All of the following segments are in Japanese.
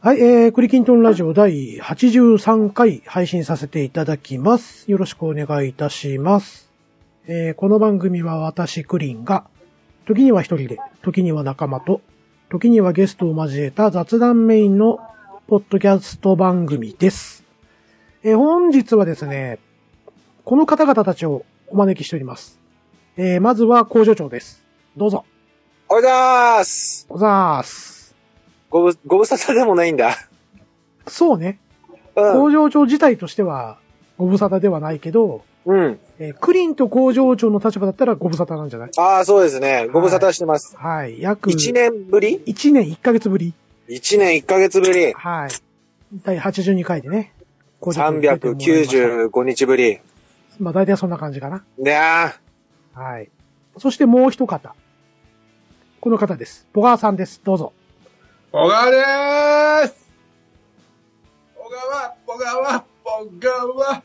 はい、えー、クリキントンラジオ第83回配信させていただきます。よろしくお願いいたします。えー、この番組は私、クリンが、時には一人で、時には仲間と、時にはゲストを交えた雑談メインのポッドキャスト番組です。えー、本日はですね、この方々たちをお招きしております。えー、まずは工場長です。どうぞ。おはようございますおざーす。ごぶ、ご無沙汰でもないんだ。 そうね。うん。工場長自体としては、ご無沙汰ではないけど、うん。えークリンと工場長の立場だったらご無沙汰なんじゃないああ、そうですね。ご無沙汰してます。はい。約一年ぶり1年1ヶ月ぶり。一年一ヶ月ぶり。はい。第82回でね。工場長に出てもらいました。 395日ぶり。まあ大体そんな感じかな。ねあ。はい。そしてもう一方。この方です。ボガーさんです。どうぞ。小川でーす小川、小川、小川。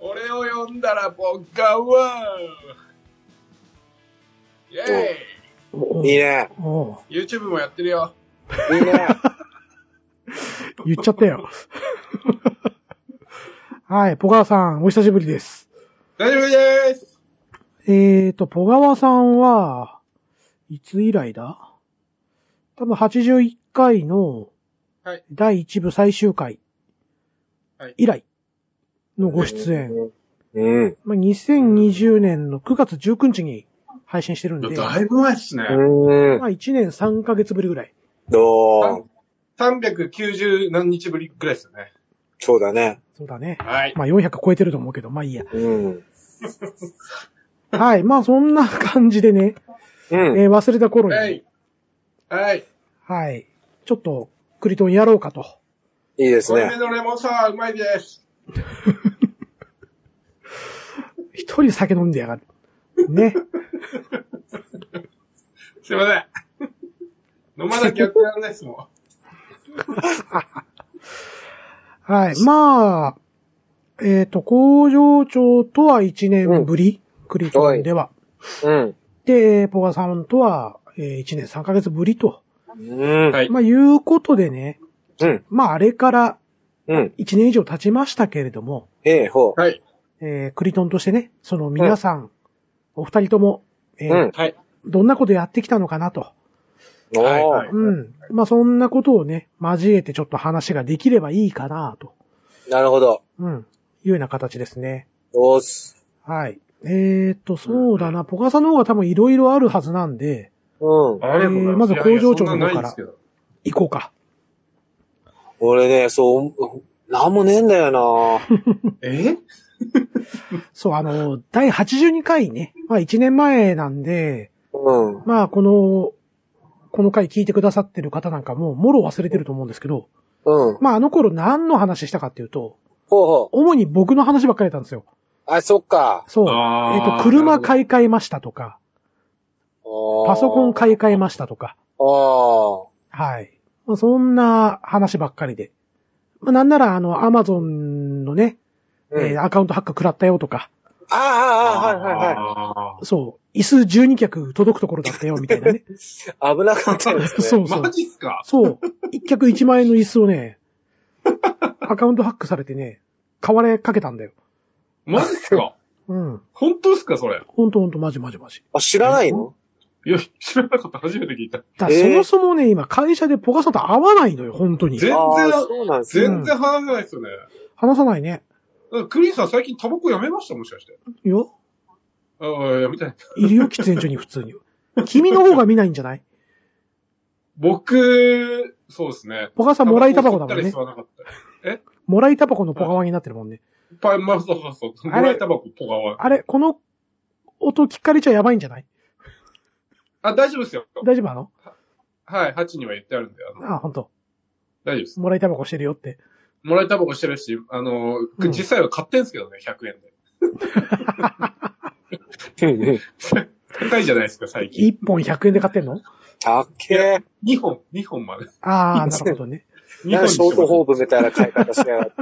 俺を呼んだら小川。イェーおいいね。おおイ !YouTube もやってるよ。い いね。言っちゃった よ。はい。ボガーさん、お久しぶりです。大丈夫でーすえーと、ポガワさんは、いつ以来だ多分81回のはい、第1部最終回はい、以来のご出演。うん。まあ、2020年の9月19日に配信してるんで、まだいぶ前っすね。うん。あ1年3ヶ月ぶりぐらい。どう390何日ぶりくらいっすよね。そうだね。そうだね。はい。まあ400超えてると思うけど、まあいいや。うん。はい。まあそんな感じでね、うん。えー忘れた頃はに、い。はい。はい。ちょっと、クリトンやろうかと。いいです濃いねめ。のレモンサワーうまいです。一人酒飲んでやがる。ね。すいません。飲まなきゃやってらんないっすもはい。まあ、えっ、と、工場長とは1年ぶり、クリトンでは。うん。で、ポガさんとは、え1年3ヶ月ぶりと。うんん。。はい。まあ、いうことでね、うん。まあ、あれからうん。 1年以上経ちましたけれども、ええ、ほう。はい。えークリトンとしてね、その皆さん、お二人とも、えーうん。はい。どんなことやってきたのかなと。おはいはーいうん。まあ、そんなことをね、交えてちょっと話ができればいいかなと。なるほど。うん。いうような形ですね。どうす。はい。えー、っと、そうだな。ポカさんの方が多分いろいろあるはずなんで、うん。ありがとうございます。えーまず工場長の方からいやいやそんなないですけど行こうか。俺ね、そう、なんもねえんだよなえそう、あの、第82回ね。まあ1年前なんで、うん。まあこの、この回聞いてくださってる方なんかも、もろ忘れてると思うんですけど、うん。まああの頃何の話したかっていうと、ほうほう。主に僕の話ばっかりだったんですよ。あ、そっか。そう。えあーーっと、車買い替えましたとか、パパソコン買い替えましたとか、ああ。はい。まあ、そんな話ばっかりで。まあ、なんなら、あの、アマゾンのね、うんえーアカウントハック食らったよとか、ああ、ああ、はいはいははそう、椅子12脚届くところだったよ、みたいなね。い。危なかったですね。そうそうマ。ジっすかそう。1脚1万円の椅子をね、 アカウントハックされてね、買われかけたんだよ。マジっすかうん。本当っすかそれ。ほんとほんと、まじまじまじ。あ、知らないのいや、知らなかった。初めて聞いた。だからえーそもそもね、今、会社でポカさんと会わないのよ、本当に。全然ああ、そうなんですね。全然話せないっすよね。話さないね。クリーンさん最近タバコやめましたもしかして。いや、ああ、やめたい。いるよ、喫煙所に普通に。君の方が見ないんじゃない僕、そうですね。ポカさんもらいタバコだも吸んったねり吸。わなかったり。もらいタバコのポカワになってるもんね。パンマスそうそう。あれもらいタバコ、ポカワ。あれ、この音聞かれちゃやばいんじゃないあ、大丈夫っすよ。大丈夫なのはい、ハチには言ってあるんで。あのあ本当。大丈夫っす。もらいタバコしてるよって。もらいタバコしてるし、あの、うん実際は買ってんすけどね、100円で。高いじゃないですか、最近。 1本100円で買ってんのたっけえ。 2本、2本まで。ああ、いいなでするねほどね。 2なんか本にシしてョまーすトホープみたいな買い方しやがって。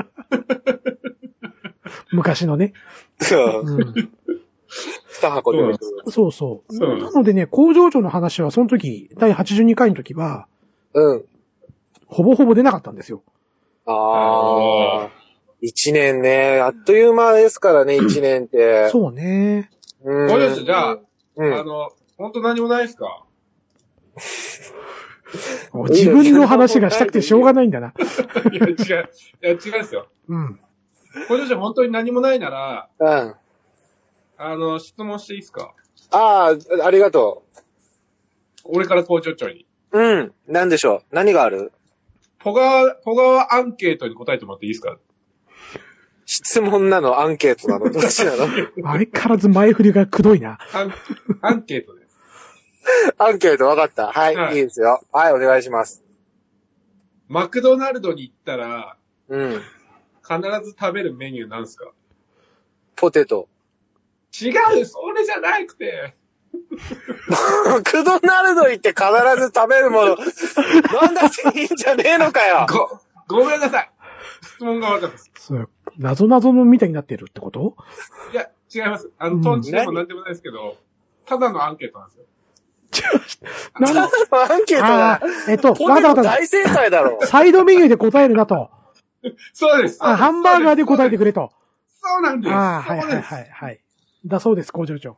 昔のね。そううん、 二箱でもいいけどそうそう。そうなのでね、工場長の話は、その時、第82回の時は、うん。ほぼほぼ出なかったんですよ。ああ。一年ね、あっという間ですからね、一年って。そうね。うん。これですじゃあうん、あの、本当何もないですか もう自分の話がしたくてしょうがないんだな。いや、違う。いや、違うんですよ。うん。これじゃ本当に何もないなら、うん。ああの、質問していいですかあー、ありがと俺から校長長に。う。うん。なんでしょう。何があるポガ、ポガワアンケートに答えてもらっていいですか質問なのアンケートなのどっちなの相変わらず前振りがくどいな。アン、 アンケートです。アンケート分かった。はい、はいい、いですよ。はい、お願いします。マクドナルドに行ったら、うん。必ず食べるメニューなんですかポテト。 違うそれじゃなくてマクドナルド行って必ず食べる もの、なんだっていいんじゃねえのかよ。ご、ごめんなさい質問が分かったです。そう。謎謎のみたいになってるってこといや、違います。あうの、んトンチでも何でもないですけど、ただのアンケートなんですよ。ちょなたんだのアンケートあだ。ーえっと、ポわかっテたわトかった。大正解だろ。サイドメニューで答えるなと。そうです。あ、ハンバーガーで答えてくくれと。そうなんです。ああー、はいそうはないんですはい。はい。だそうです、工場長。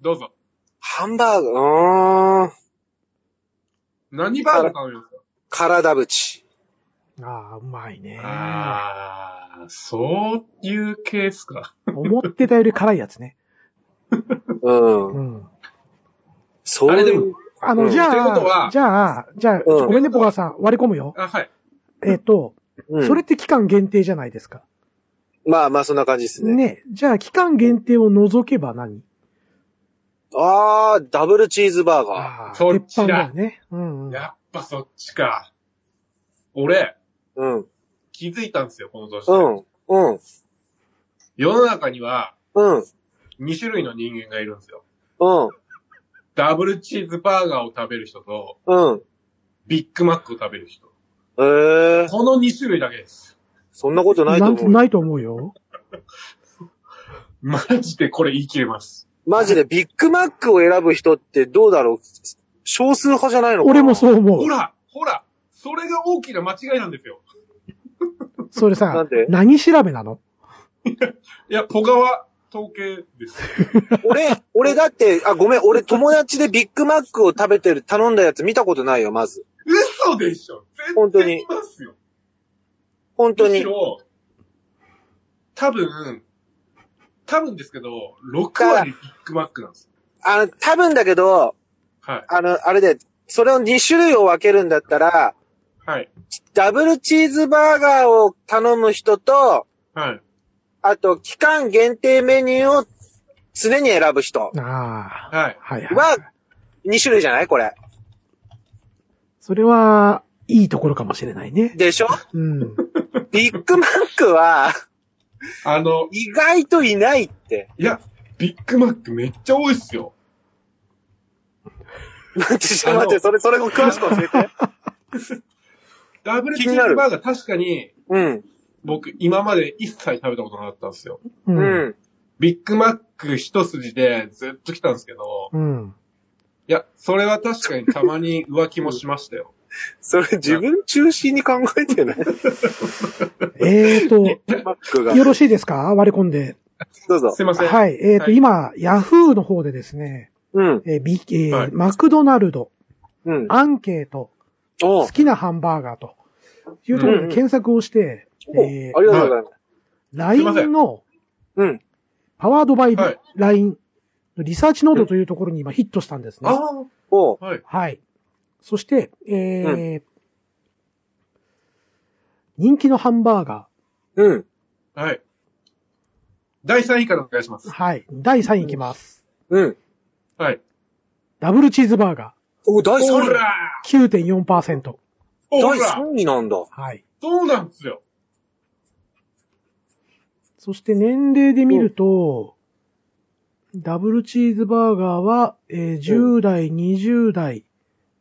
どうぞ。ハンバーグ、うーん。何バーガー頼みますか体ぶち。ああ、うまいね。ああ、そういうケースか。思ってたより辛いやつね。うん。うん。そうあれでいもう。あうの、んじゃということあは、じゃあ、じゃあ、うんごめんね、ポガさん。割り込むよ。あ、はい。えっと、うんそれって期間限定じゃないですか。まあまあ、そんな感じですね。ね。じゃあ、期間限定を除けば何ああ、ダブルチーズバーガああ、そっ鉄ちだ板だよね。うんうん。やっぱそっちか。俺、ー。うん。気づいたんですよ、この年。うん。うん。世の中には、うん。 2種類の人間がいるんですよ。うん。ダブルチーズバーガーを食べる人と、うん。ビッグマックを食べる人。ええー。この2種類だけです。そんなことないとなん思てう。ないと思うよ。マジでこれ言い切れます。マジでビッグマックを選ぶ人ってどうだろう少数派じゃないのかな俺もそう思ほう。らほらそれが大きな間違いなんですよ。それなさんで、何調べなのいや、小川統計です。 俺、俺だって、あ、ごめん、俺友達でビッグマックを食べてる、頼んだやつ見たことないよ、まず。嘘でしょ本当全に然いますよ。本当むにし。ろ、多分、多分ですけど、6から割ビッグマックなんですよ。あの、多分だけど、はい。あの、あれで、それを2種類を分けるんだったら、はい。ダブルチーズバーガーを頼む人と、はい。あと、期間限定メニューを常に選ぶ人ああ。はい。はいはい。は、2種類じゃないこれ。それは、いいところかもしれないね。でしょうん。ビッグマックは、あの、意外といないって。いや、ビッグマックめっちゃ多いっすよ。待って、ちょっと待って、それ、それを詳しく教 えて。ダブルチ気になーズるバーガー確かに、うん。僕今まで一切食べたことなかったんですよ。う。うんん。ビッグマック一筋でずっと来たんですけど、うん。いや、それは確かにたまに浮気もしましたよ。それ自分中心に考えてないえっと、マックが。よろしいですか割り込んで。どうぞす。いません。はい。えっと、はい今、ヤフーの方でですね、うん。えービえーはいマクドナルド、うん。アンケート、お好うきなハンバーガーというところで検索をして、おうえーありがとうございます。いませ LINE んのうん。パワードバイはい LINE のリサーチノードというところに今ヒットしたんですね。あおうあ、はい。はい。そして、えー人気のハンバーガうん。はい。第3位からお願いしまー。す。はい。第3位いきます。うん。はい。ダブルチーズバーガおう、第ほ3位。らー。9.4%。ほ第ら3位なんだ。はい。そうなんですよ。そして年齢で見ると、ダブルチーズバーガーは、えー10代、20代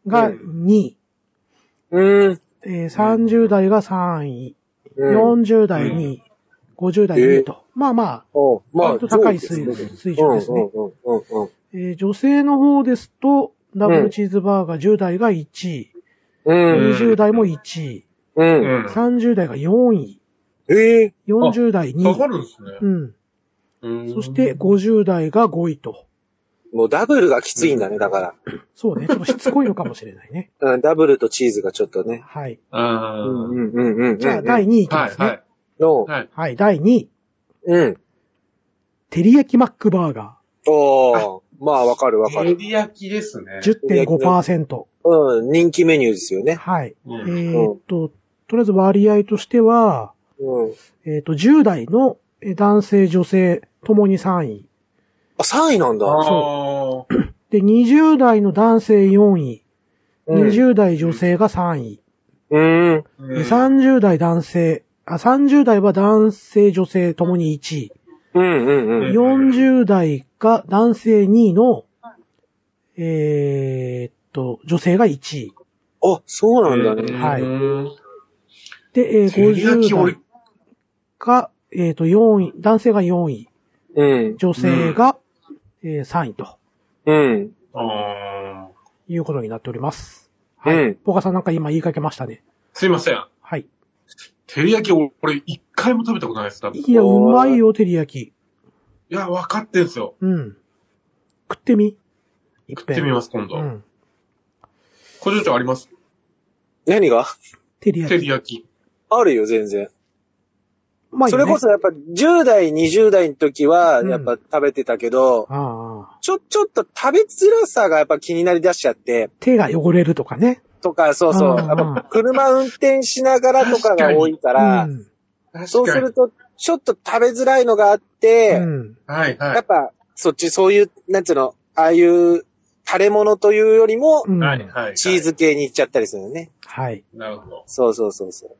が2位、うん。えー30代が3位、うん。 40代2位、50代2位と。まあまあ、おうまあ、割と高い上水位ですね水準ですね、うんうんうんえー女性の方ですと、ダブルチーズバーガー10代が1位、うん。うん。うん20代も1位、うん。うん。 30代が4位、ええ40代下が2位、るんですね。うん。うんそして、50代が5位と。もうダブルがきついんだね、だかそうね、ちょっとしつこいのかもしれないね。ら。うん、ダブルとチーズがちょっとね。はい。あうんーうんうんうんうん。じゃあ、第2位いきまはすい、ね。ははい、い、の、はい。第2位。うん。照り焼きマックバーガおー。まあ、わかるわか照る。り焼きですね。ー。10.5%。うん、人気メニューですよね。はい。うえんーっと、とりあえず割合としては、うん。えーっと、10代のえー男性、女性、ともに3位。あ、3位なんだ。あーで、20代の男性4位。うん。 20代女性が3位。うん。うでん。 30代男性、あ、30代は男性、女性ともに1位。うんうんうん。うん40代が男性2位の、えーっと、女性が1位。あ、そうなんだね。はいうんで、えー照り焼きお50い代が、えーっと、4位、男性が4位、うん。女性が、えー3位とうん。あーいうことになっております。うはい。ん。ポカさんなんか今言いかけましたね。すいません。はい。照り焼き、お俺、一回も食べたことないです、多分。いいや、うおーまいよ、照り焼き。や、分かってんすよ。うん。食ってみい食ってみます、今度。うん。工場長あります何が照り照焼き。り焼き。あるよ、全然。まあそれこそやっぱ10代、20代の時は、やっぱ食べてたけど、ああ。ちょ、ちょっと食べづらさがやっぱ気になりだしちゃって、手が汚れるとかね。とか、そうそうう、んやっぱ車運転しながらとかが多いから、うん。そうすると、ちょっと食べづらいのがあって、うん。はい、はやっい。ぱ、そっち、そういう、なんつうの、ああいう、タレ物というよりも、うんはい、はい。チー。ズ系に行っちゃったりするよね。はい。なるほど。そうそうそうそう。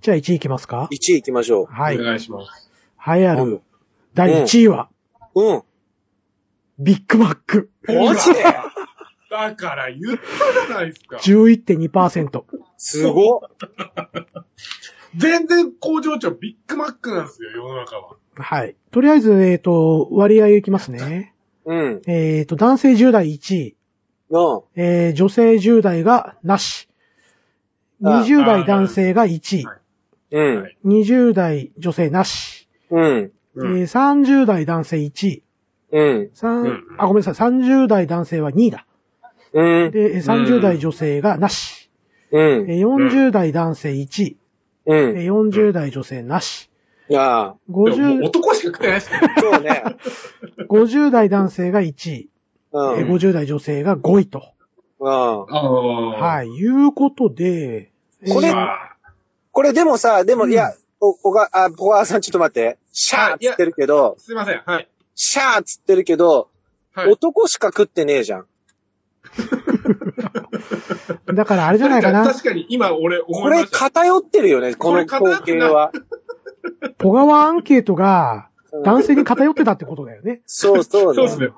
じゃあ1位いきますか1位行きましょう。はい。お栄願いします。えある第1位は、うん。ビッグマック。マジでほらだから言ったじゃないですか。 11.2%。すごっ全然工場長ビッグマックなんですよ、世の中は。はい。とりあえず、えっ、と、割合いきますね。うん。えっ、と、男性10代1位、の、えー、女性10代がなし。あ20代男性が1位は、うん。 20代女性なし、うん。うんえー、30代男性1位、うん。三うんあ、ごめんなさい、30代男性は2位だ。うん。で、えーう30ん代女性がなし、うんえー、40代男性1位、うえん。ー、40代女性なし、あでももう50、男しか食ってないで すね。あ、そう ね。 50代男性が1位、うえーん。 50代女性が5位と。うん。ああ。はい。い、いうことで、えーこれこれでもさ、でも、うんいや、お、おが、あ、ポガーさんちょっと待って。シャーっつってるけど、すいません。はい。シャーっつってるけど、はい。男しか食ってねえじゃん。だからあれじゃないかな。 確かに今俺思こいまれした。偏ってるよね、ここのれ光景は。ポガワアンケートがうん男性に偏ってたってことだよね。そうそう、そうですね。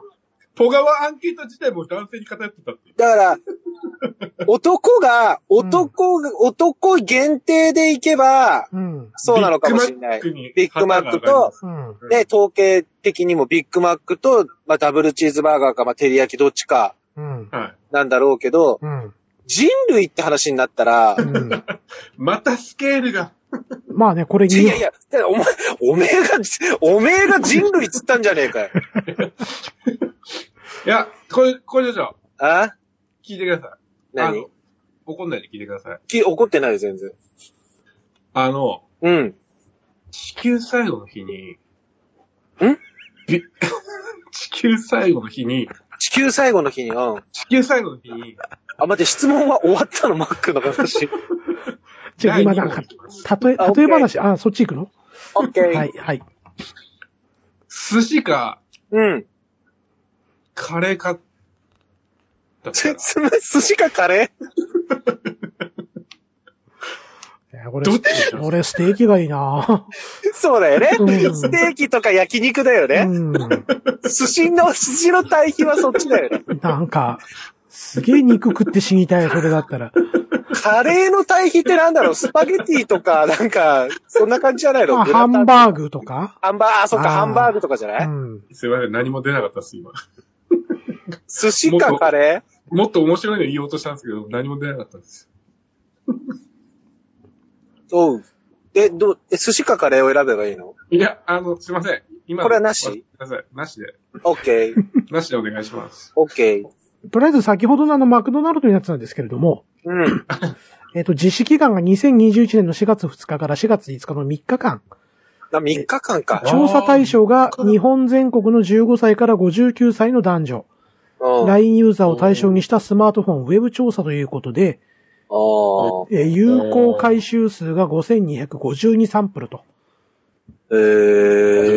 ポガワアンケート自体も男性に偏ってたっていう。だから、男が、男が、男限定でいけば、うん。そうなのかもしれない。ビビッグマックとうん。クで、統計的にもビッグマックと、まあ、ダブルチーズバーガーか、まあ、照り焼きどっちかうん。はい。なんだろうけど、うん。人類って話になったら、うんまたスケールが。まあね、これいやにいやいや、だからお前、おめえが、おめえが人類っつったんじゃねえかよ。いや、これ、これじゃあ、あ聞いてください。あ何の怒んないで聞いてください。き怒ってないよ、全然。あの、うん。地球最後の日に、んび 地球最後の日に、地球最後の日に、うん。地球最後の日に、あ、待って、質問は終わったの、マックの話。違う、今第なん二問かい、きますたとえ、あ例え話、あ、そっち行くのオッケー。はい、はい。寿司か、うん。カレーか、だったらす、寿司かカレいやこれどっちでしょ俺、ステーキがいいなーそうだよね。うんステーキとか焼肉だようね。ん。寿司の、寿司の対比はそっちだよね。なんか、すげえ肉食って死にたい、それだったら。カレーの対比ってなんだろうスパゲティとか、なんか、そんな感じじゃないのまあ、グラタハンンバーグとかハンバーグ、あ、そっか、あーハンバーグとかじゃなういん。すいません、何も出なかったです、今。寿司かカレーもっと面白いの言おうとしたんですけど、何も出なかったんです。おう。え、どう、え、寿司かカレーを選べばいいのいや、あの、すいません。今のこれはなしごめんなさい。なしで。オッケー、なしでお願いします。オッケー。とりあえず先ほどのあのマクドナルドのやつなんですけれども、うん。えっ、と、実施期間が2021年の4月2日から4月5日の3日間、な、3日間か。調査対象が日本全国の15歳から59歳の男女、うん。あ LINE ユーザーを対象にしたスマートフォンウェブ調査ということで、あ。えー有効回収数が5252サンプルと。え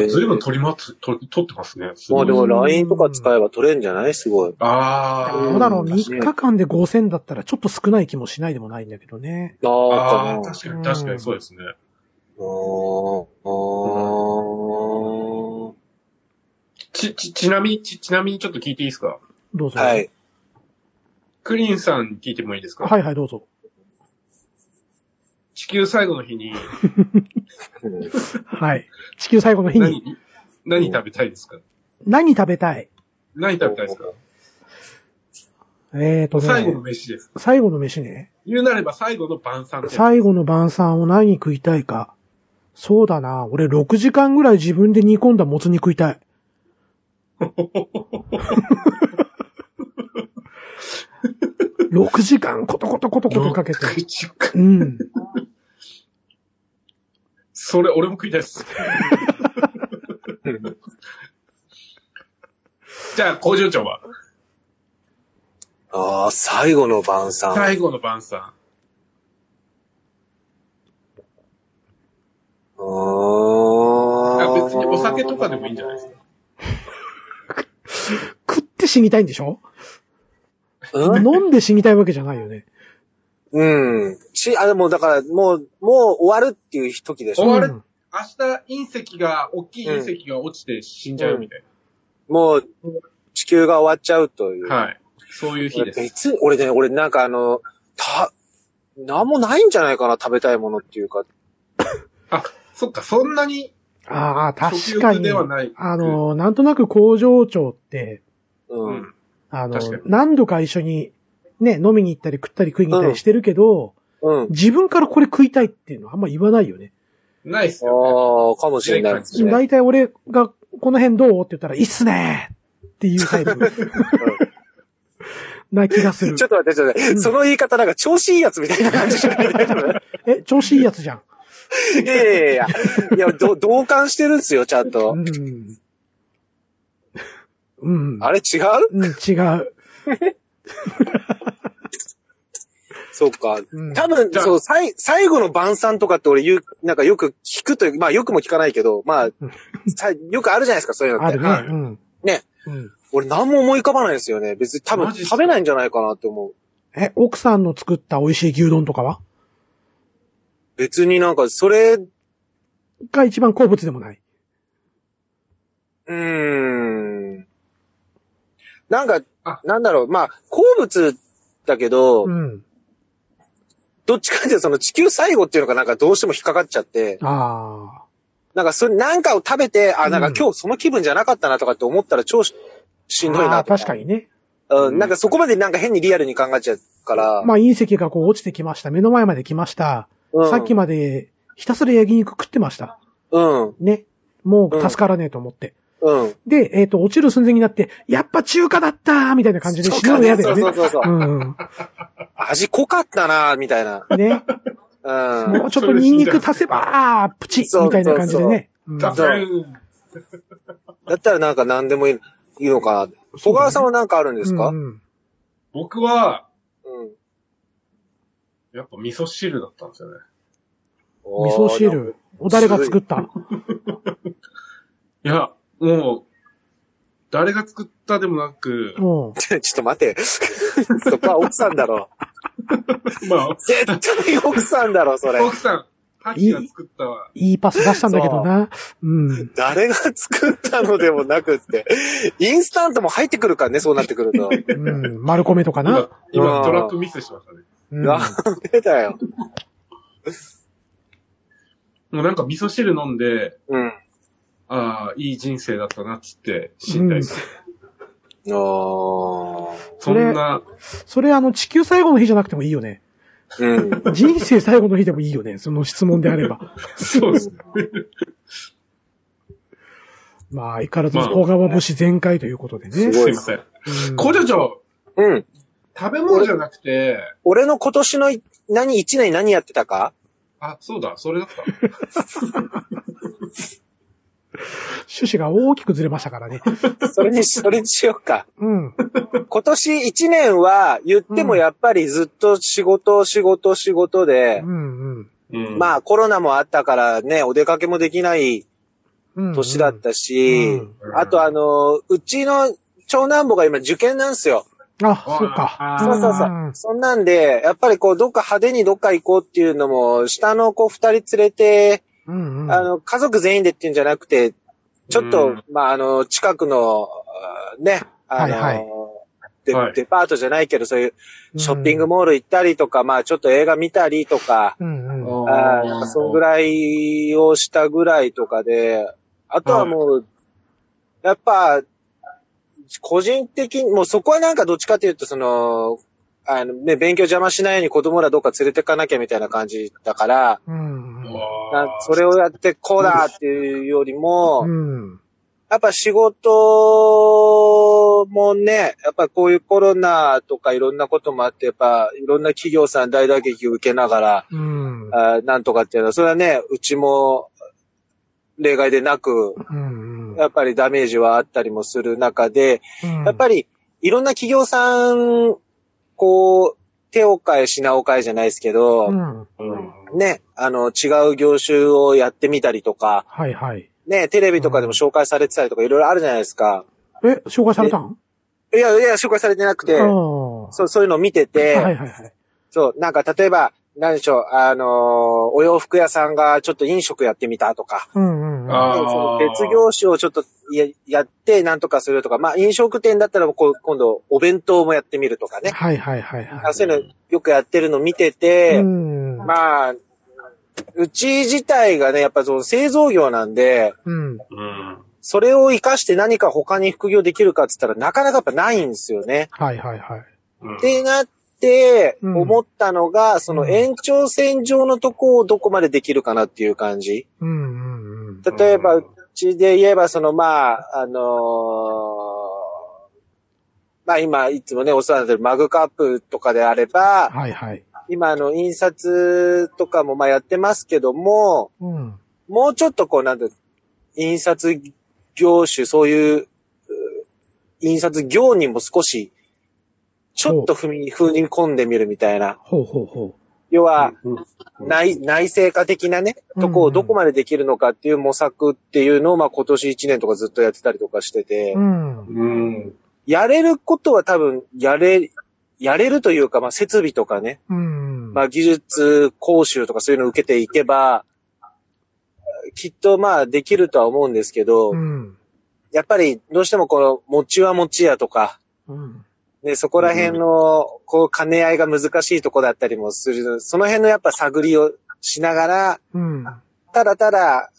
えずいぶん取りまつ、取取ってますね。すまごあいでも LINE とか使えば取れんじゃないすごい。あどーうだろう、確か3に日間で5000だったらちょっと少ない気もしないでもないんだけどね。ああ、かあな。ー確かに、確かにそうですね。あーあー。ち、ち、ちなみに、ち、ちなみにちょっと聞いていいですかどうぞ。は。い。クリンさんに聞いてもいいですかはいはい、どうぞ。地球最後の日にはい。地球最後の日に何、何食べたいですか何食べたい何食べたいですかえーとね、最後の飯です。最後の飯ね。言うなれば最後の晩餐です。最後の晩餐を何食いたいか。そうだな、俺6時間ぐらい自分で煮込んだもつ煮食いたい。6時間コトコトコトコトかけて。 口かうん。それ、俺も食いたい です。じゃあ、工場長はああ、最後の晩餐。最後の晩餐。あああ別にお酒とかでもいいんじゃないですか。食って死にたいんでしょうん飲んで死にたいわけじゃないよね。うん。し、あ、でもだから、もう、もう終わるっていう時でし終ょわるうん明日隕石が、大きい隕石が落ちて死んじゃうみたいもう、地球が終わっちゃうという。な。はい。そういう日です。別に、俺ね、俺なんかあの、た、なんもないんじゃないかな、食べたいものっていうか。あ、そっか、そんなにああ、食確か欲にで。はない。あの、なんとなく工場長って、う。うんん。あの確かに、何度か一緒にね、飲みに行ったり食ったり食いに行ったりしてるけど、うん。自分からこれ食いたいっていうのはあんま言わないよね。ないっすよ、ああ、かもしれないですね。大体俺がこの辺どうって言ったら、いいっすねーっていうタイ プな気がするちょ。っと待って、ちょっと待って、うんその言い方なんか調子いいやつみたいな感じじゃないえ、調子いいやつじゃん。いやいやいや。いや、ど同感してるんですよ、ちゃんとう。ん。うん。あれ違ううん、違う。そうか。うん多分、じゃあそう、最、最後の晩餐とかって俺言う、なんかよく聞くという、まあよくも聞かないけど、まあ、さよくあるじゃないですか、そういうのあってる。ね。はいうん。ね。うん。俺何も思い浮かばないんですよね。別に多分マジっすか食べないんじゃないかなって思う。え、奥さんの作った美味しい牛丼とかは別になんか、それ、うが一番好物でもない。ーん。なんかあ、なんだろう、まあ、好物だけど、うん。どっちかっていうとその地球最後っていうのがなんかどうしても引っかかっちゃって、あなんかそれ、なんかを食べて、あ、なんうかん今日その気分じゃなかったなとかって思ったら超ししあ。んどいあなあとか。確かにね。うん、なんかそこまでなんか変にリアルに考えちゃうから。まあ隕石がこう落ちてきました。目の前まで来ました。うん、さっきまでひたすら焼肉食ってました。うん、ね。もううん助からねえと思って。うん。で、えっ、と、落ちる寸前になって、やっぱ中華だったーみたいな感じで死ぬの嫌だそようそうね。そうそう。うん。味濃かったなみたいな。 ね。うん。もうちょっとニンニク足せば、あープチみたいな感じでね。うんダブーンだったらなんか何でもいいいいのかな。小川さんはなんかあるんですかうんうん僕は、うん。やっぱ味噌汁だったんですよね。味噌汁。お誰が作ったいや、もう、誰が作ったでもなく、うん。 ちょっと待て。そこは奥さん だろ。まあ、絶対奥さんだろ、それ。奥さん、ハチが作ったわ。いいパス出したんだけどな。うん。誰が作ったのでもなくって。インスタントも入ってくるからね、そうなってくると。うん。丸米とかな今。、今あートラックミスしましたね。うんダメだよ。もうなんか味噌汁飲んで、うん。あああ、いい人生だったなっつって死んだりする。ーそんな、それあの、地球最後の日じゃなくてもいいよね。うん。人生最後の日でもいいよね、その質問であれば。そうですね。まあ、相変わらず小川節全開ということですね。ごすいいでますせん。うん工場長、うん。食べ物じゃなくて、俺の今年のい何、一年何やってたかあ、そうだ、それだった。趣旨が大きくずれましたからね。それに、それにしようか。うん。今年一年は言ってもやっぱりずっと仕事、仕事、仕事でう、んうん。うん、まあコロナもあったからね、お出かけもできないうんうん年だったうしん、うんあとあの、うちの長男坊が今受験なんですよ。あ、そうか。そうそうそうんう。そんなんで、やっぱりこう、どっか派手にどっか行こうっていうのも、下の子二人連れて、うんうん。あの、家族全員でっていうんじゃなくて、ちょっと、うんまあ、あの、近くの、あーね、あの、はいはいデはいデパートじゃないけど、そういううんショッピングモール行ったりとか、まあちょっと映画見たりとか、うんうん。あーなんかそのぐらいをしたぐらいとかで、あとはもう、やっぱ、個人的に、もうそこはなんかどっちかというと、その、あのね、勉強邪魔しないように子供らどっか連れてかなきゃみたいな感じだから、うんうん。なあーそれをやってこうだっていうよりも、うん。やっぱ仕事もね、やっぱこういうコロナとかいろんなこともあって、やっぱいろんな企業さん大打撃を受けながら、うん。あーなんとかっていうのは、それはね、うちも例外でなく、うんうん。やっぱりダメージはあったりもする中で、やっり、ぱりいろんな企業さん、こう、手を変え品を変えじゃないですけど、うん。うんね、あの、違う業種をやってみたりとか、はいはい。ね、テレビとかでも紹介されてたりとかいろいろあるじゃないですか。え、紹介されたんいやいや、紹介されてなくて、ああ。そう、そういうのを見てて、はいはいはい。そう、なんか例えば、何でしょう、あのーお洋服屋さんがちょっと飲食やってみたとか、うんうん。あーねその別業種をちょっとややってなんとかするとか、まあ飲食店だったらこう今度お弁当もやってみるとかね。はいはいはいはあそういうのよくやってるの見てい。て、うん。まあ、うち自体がね、やっぱその製造業なんで、うん。うんそれを活かして何か他に副業できるかって言ったらなかなかやっぱないんですよね。はいはいはい。うんってなって、うん思ったのが、その延長線上のとこをどこまでできるかなっていう感じ。うんうんうん。例えば、うんうちで言えば、その、まあ、あのーまあ今、いつもね、お世話になってるマグカップとかであれば、はいはい。今、あの、印刷とかもまあやってますけども、うん。もうちょっとこう、なんだ、印刷業種、そういう、う印刷業にも少し、ちょっと踏み、踏み込んでみるみたいな。ほうほうほ要は、うんうん内、内製化的なね、とこうんうをんどこまでできるのかっていう模索っていうのを、まあ今年1年とかずっとやってたりとかしててう。う、ん。うんやれることは多分、やれ、やれるというか、まあ設備とかね、うん。まあ技術講習とかそういうのを受けていけば、きっとまあできるとは思うんですけど、うん。やっぱりどうしてもこの、持ちは持ちやとか、うん。ね、そこら辺の、こう、兼ね合いが難しいとこだったりもする、その辺のやっぱ探りをしながら、うん。ただただ、あー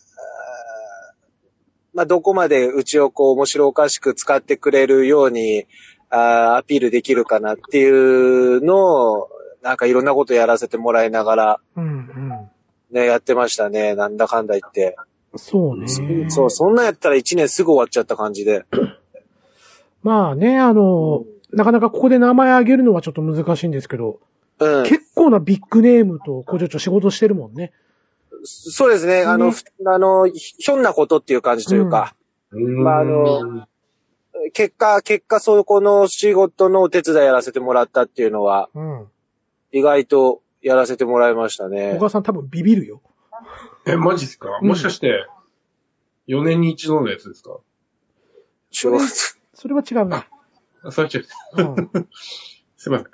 まあ、どこまでうちをこう面白おかしく使ってくれるように、あーアピールできるかなっていうのを、なんかいろんなことやらせてもらいながら、うん。ね、やってましたね。なんだかんだ言って。そうね。そう、そんなんやったら一年すぐ終わっちゃった感じで。まあね、あの、なかなかここで名前挙げるのはちょっと難しいんですけど、うん。結構なビッグネームと工場長仕事してるもんね。そうですね。あの、ふあの、ひひょんなことっていう感じというか、まああの結果、結果、そこの仕事のお手伝いやらせてもらったっていうのは、うん。意外とやらせてもらいましたおね。母さん多分ビビるよ。え、マジですかうんもしかして、4年に一度のやつですか仕事それは違うな。あそれちょっと、うん。すいません。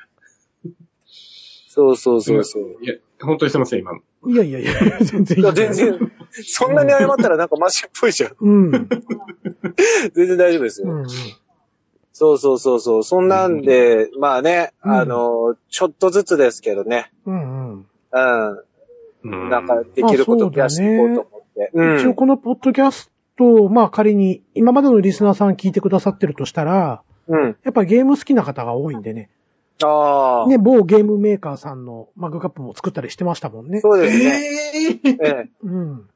そうそうすいそまうせそんう。。いや、本当にすいません、今の。いやいやいや、全然いいいや、全。然、そんなに謝ったらなんかマシっぽいじゃん。うん。うん。全然大丈夫ですよ。うんそうそうそうそう。そんなんで、まあね、あの、ちょっとずつですけどね。うんうん。う。うんんなんか、できることを増やしていこうと思って。う一応ん。このポッドキャスト、まあ仮に、今までのリスナーさん聞いてくださってるとしたら、うん。やっぱゲーム好きな方が多いんでね。ああ、ね、某ゲームメーカーさんのマグカップも作ったりしてましたもんね。そうですね。えーええうん。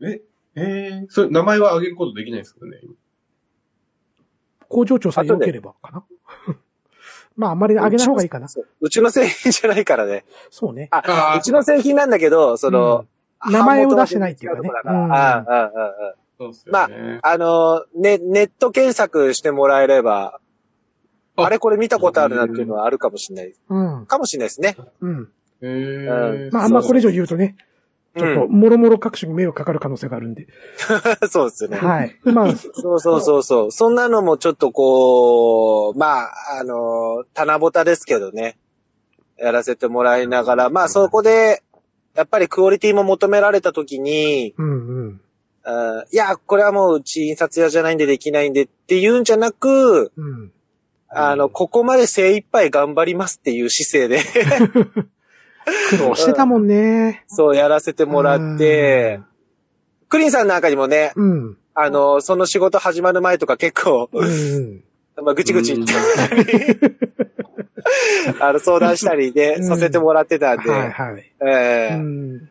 え、えー、それ、名前は挙げることできないですけどね。工場長さん良ければかな。 まあ、あんまり上げない方がいいかな。そううちの製品じゃないからね。そうね。ああーうちの製品なんだけど、その、うん名前を出してないっていうかね版元が違うとこだからああああああそうですまよあね。あの、ね、ネット検索してもらえれば、ああれこれ見たことあるなっていうのはあるかもしれない。うん。かもしれないですね。うん。えうー、まあ、あんまこれ以上言うとね、ちょっと、もろもろ各種に迷惑かかる可能性があるんで。 そうですね。はい。まあ、そうそうそうそう。そんなのもちょっとこう、まあ、あの、棚ぼたですけどね。やらせてもらいながら、まあそこで、やっぱりクオリティも求められたときに、うんうん。あーいや、これはもううち印刷屋じゃないんでできないんでっていうんじゃなく、うん。あの、ここまで精一杯頑張りますっていう姿勢で、 苦労してたもんね。そうやらせてもらって、クリンさんなんかにもね、うん。うん。あの、その仕事始まる前とか結構、 うん。まあ、ぐちぐち言ったり、 あの、相談したりうね、んさせてもらってたんで、はいはい。ええうん。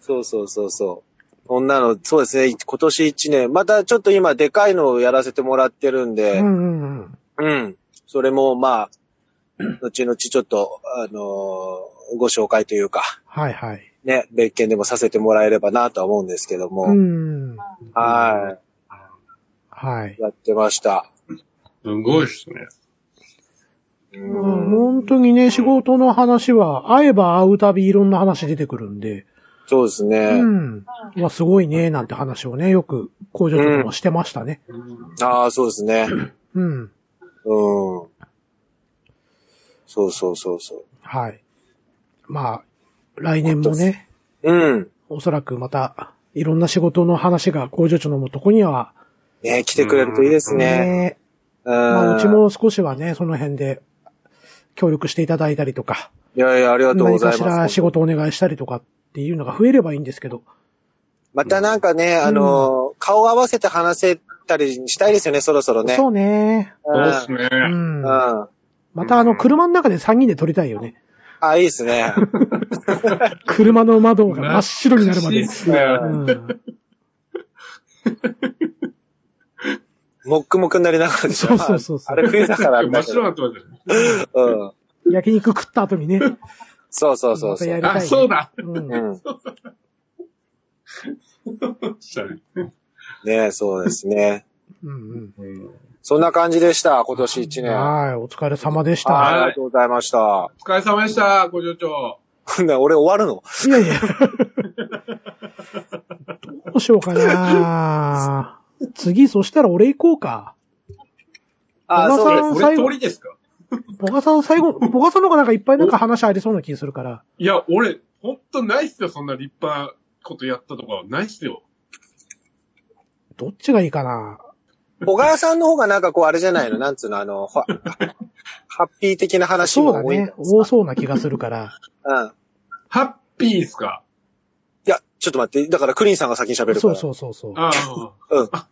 そうそうそうそう。そんなの、そうですね、今年1年、またちょっと今でかいのをやらせてもらってるんうで、んうんうん。うん。それも、まあ、後々ちょっと、あのーご紹介というか、はいはい。ね、別件でもさせてもらえればなとは思うんですけども、うん。ははいい、。やってました。すごいっすね。ううんん、本当にね、仕事の話は、会えば会うたびいろんな話出てくるんで、そうですね。うん。うわ、すごいね、なんて話をね、よく工場とかもしてましたね。ああ、そうですね。うん。うん。そうそうそうそはい。まあ、来年もね、う。うん。おそらくまた、いろんな仕事の話が工場長のとこには、ね、来てくれるといいですね。ね、うん。まあ、うちも少しはね、その辺で、協力していただいたりとか、いやいや、ありがとうご何ざかいしらま仕す。事お願いしたりとかっていうのが増えればいいんですけど、またなんかね、あのー顔合わせて話せたりしたいですよね、そろそろね。そうね。そううんっすね。うん。うん。またあの、車の中で3人で撮りたいよね。あ、いいですね。車の窓が真っ白になるまいいでっ。すね。うんもっくもくになりながらでしそょ。うそうそうそうあれ冬だからあれ真だっけ白どになってますよね。うん。焼肉食った後にね。そうそうそうまたやそうる。あ、そうだ。うんう。ん。そうでしたね。ねえそうですね。うんうんそんな感じでした、今年1うん。年。あはい、お疲れ様でしあた。りがとうございました。 お疲れ様でした、工場長。こんな俺終わるのいやいや。どうしようかな次、そしたら俺行こうか。あ、小川そさんうです。最俺後通りですかボガさん最後、ボガさんの方がなんかいっぱいなんか話ありそうな気するから。いや、俺、ほんとないっすよ、そんな立派なことやったとかは。ないっすよ。どっちがいいかな小川さんの方がなんかこう、あれじゃないのなんつうの、あの、ほハッピー的な話そうもだ多いんねだ。多そうな気がするから。うん。ハッピーっすかいや、ちょっと待って。だからクリーンさんが先に喋るか そら。うそうそうそう。あうんあ。